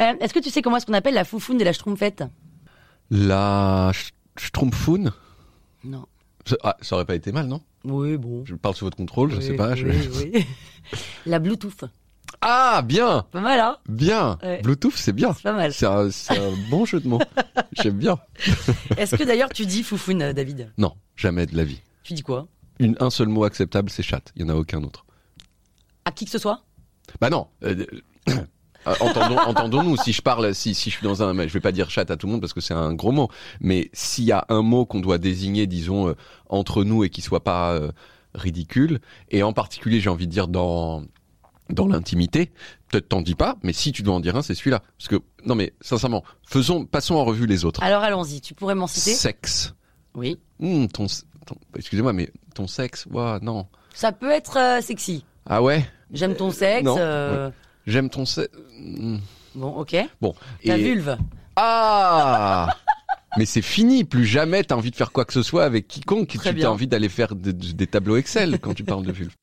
Euh, Est-ce que tu sais comment est-ce qu'on appelle la foufoune et la schtroumpfette La sch- Schtroumpfoun Non. Je- ah, Ça aurait pas été mal, non Oui, bon. Je parle sous votre contrôle, je Oui, sais pas. je- oui, oui. la Bluetooth. Ah, bien Pas mal, hein Bien Ouais. Bluetooth, c'est bien C'est pas mal. C'est un, c'est un bon jeu de mots. J'aime bien. Est-ce que d'ailleurs tu dis foufoune, euh, David Non, jamais de la vie. Tu dis quoi Une, un seul mot acceptable, c'est chatte. Il n'y en a aucun autre. À qui que ce soit Bah non euh, euh, euh, entendons, entendons-nous, si je parle, si, si je suis dans un... Je vais pas dire chatte à tout le monde parce que c'est un gros mot, mais s'il y a un mot qu'on doit désigner, disons, euh, entre nous et qui soit pas euh, ridicule, et en particulier, j'ai envie de dire, dans dans l'intimité, peut-être t'en dis pas, mais si tu dois en dire un, c'est celui-là. Parce que, non mais, sincèrement, faisons, passons en revue les autres. Alors allons-y, tu pourrais m'en citer Sexe. Oui. Hum, ton, s- ton- excusez-moi, mais ton sexe, ouah, non. Ça peut être euh, sexy. Ah ouais, J'aime ton sexe. non, euh, j'aime ton sexe. Hum. Bon, ok. Bon. Ta et- vulve. Ah Mais c'est fini, plus jamais t'as envie de faire quoi que ce soit avec quiconque. Très tu bien. t'as envie d'aller faire de- de- des tableaux Excel quand tu parles de vulve.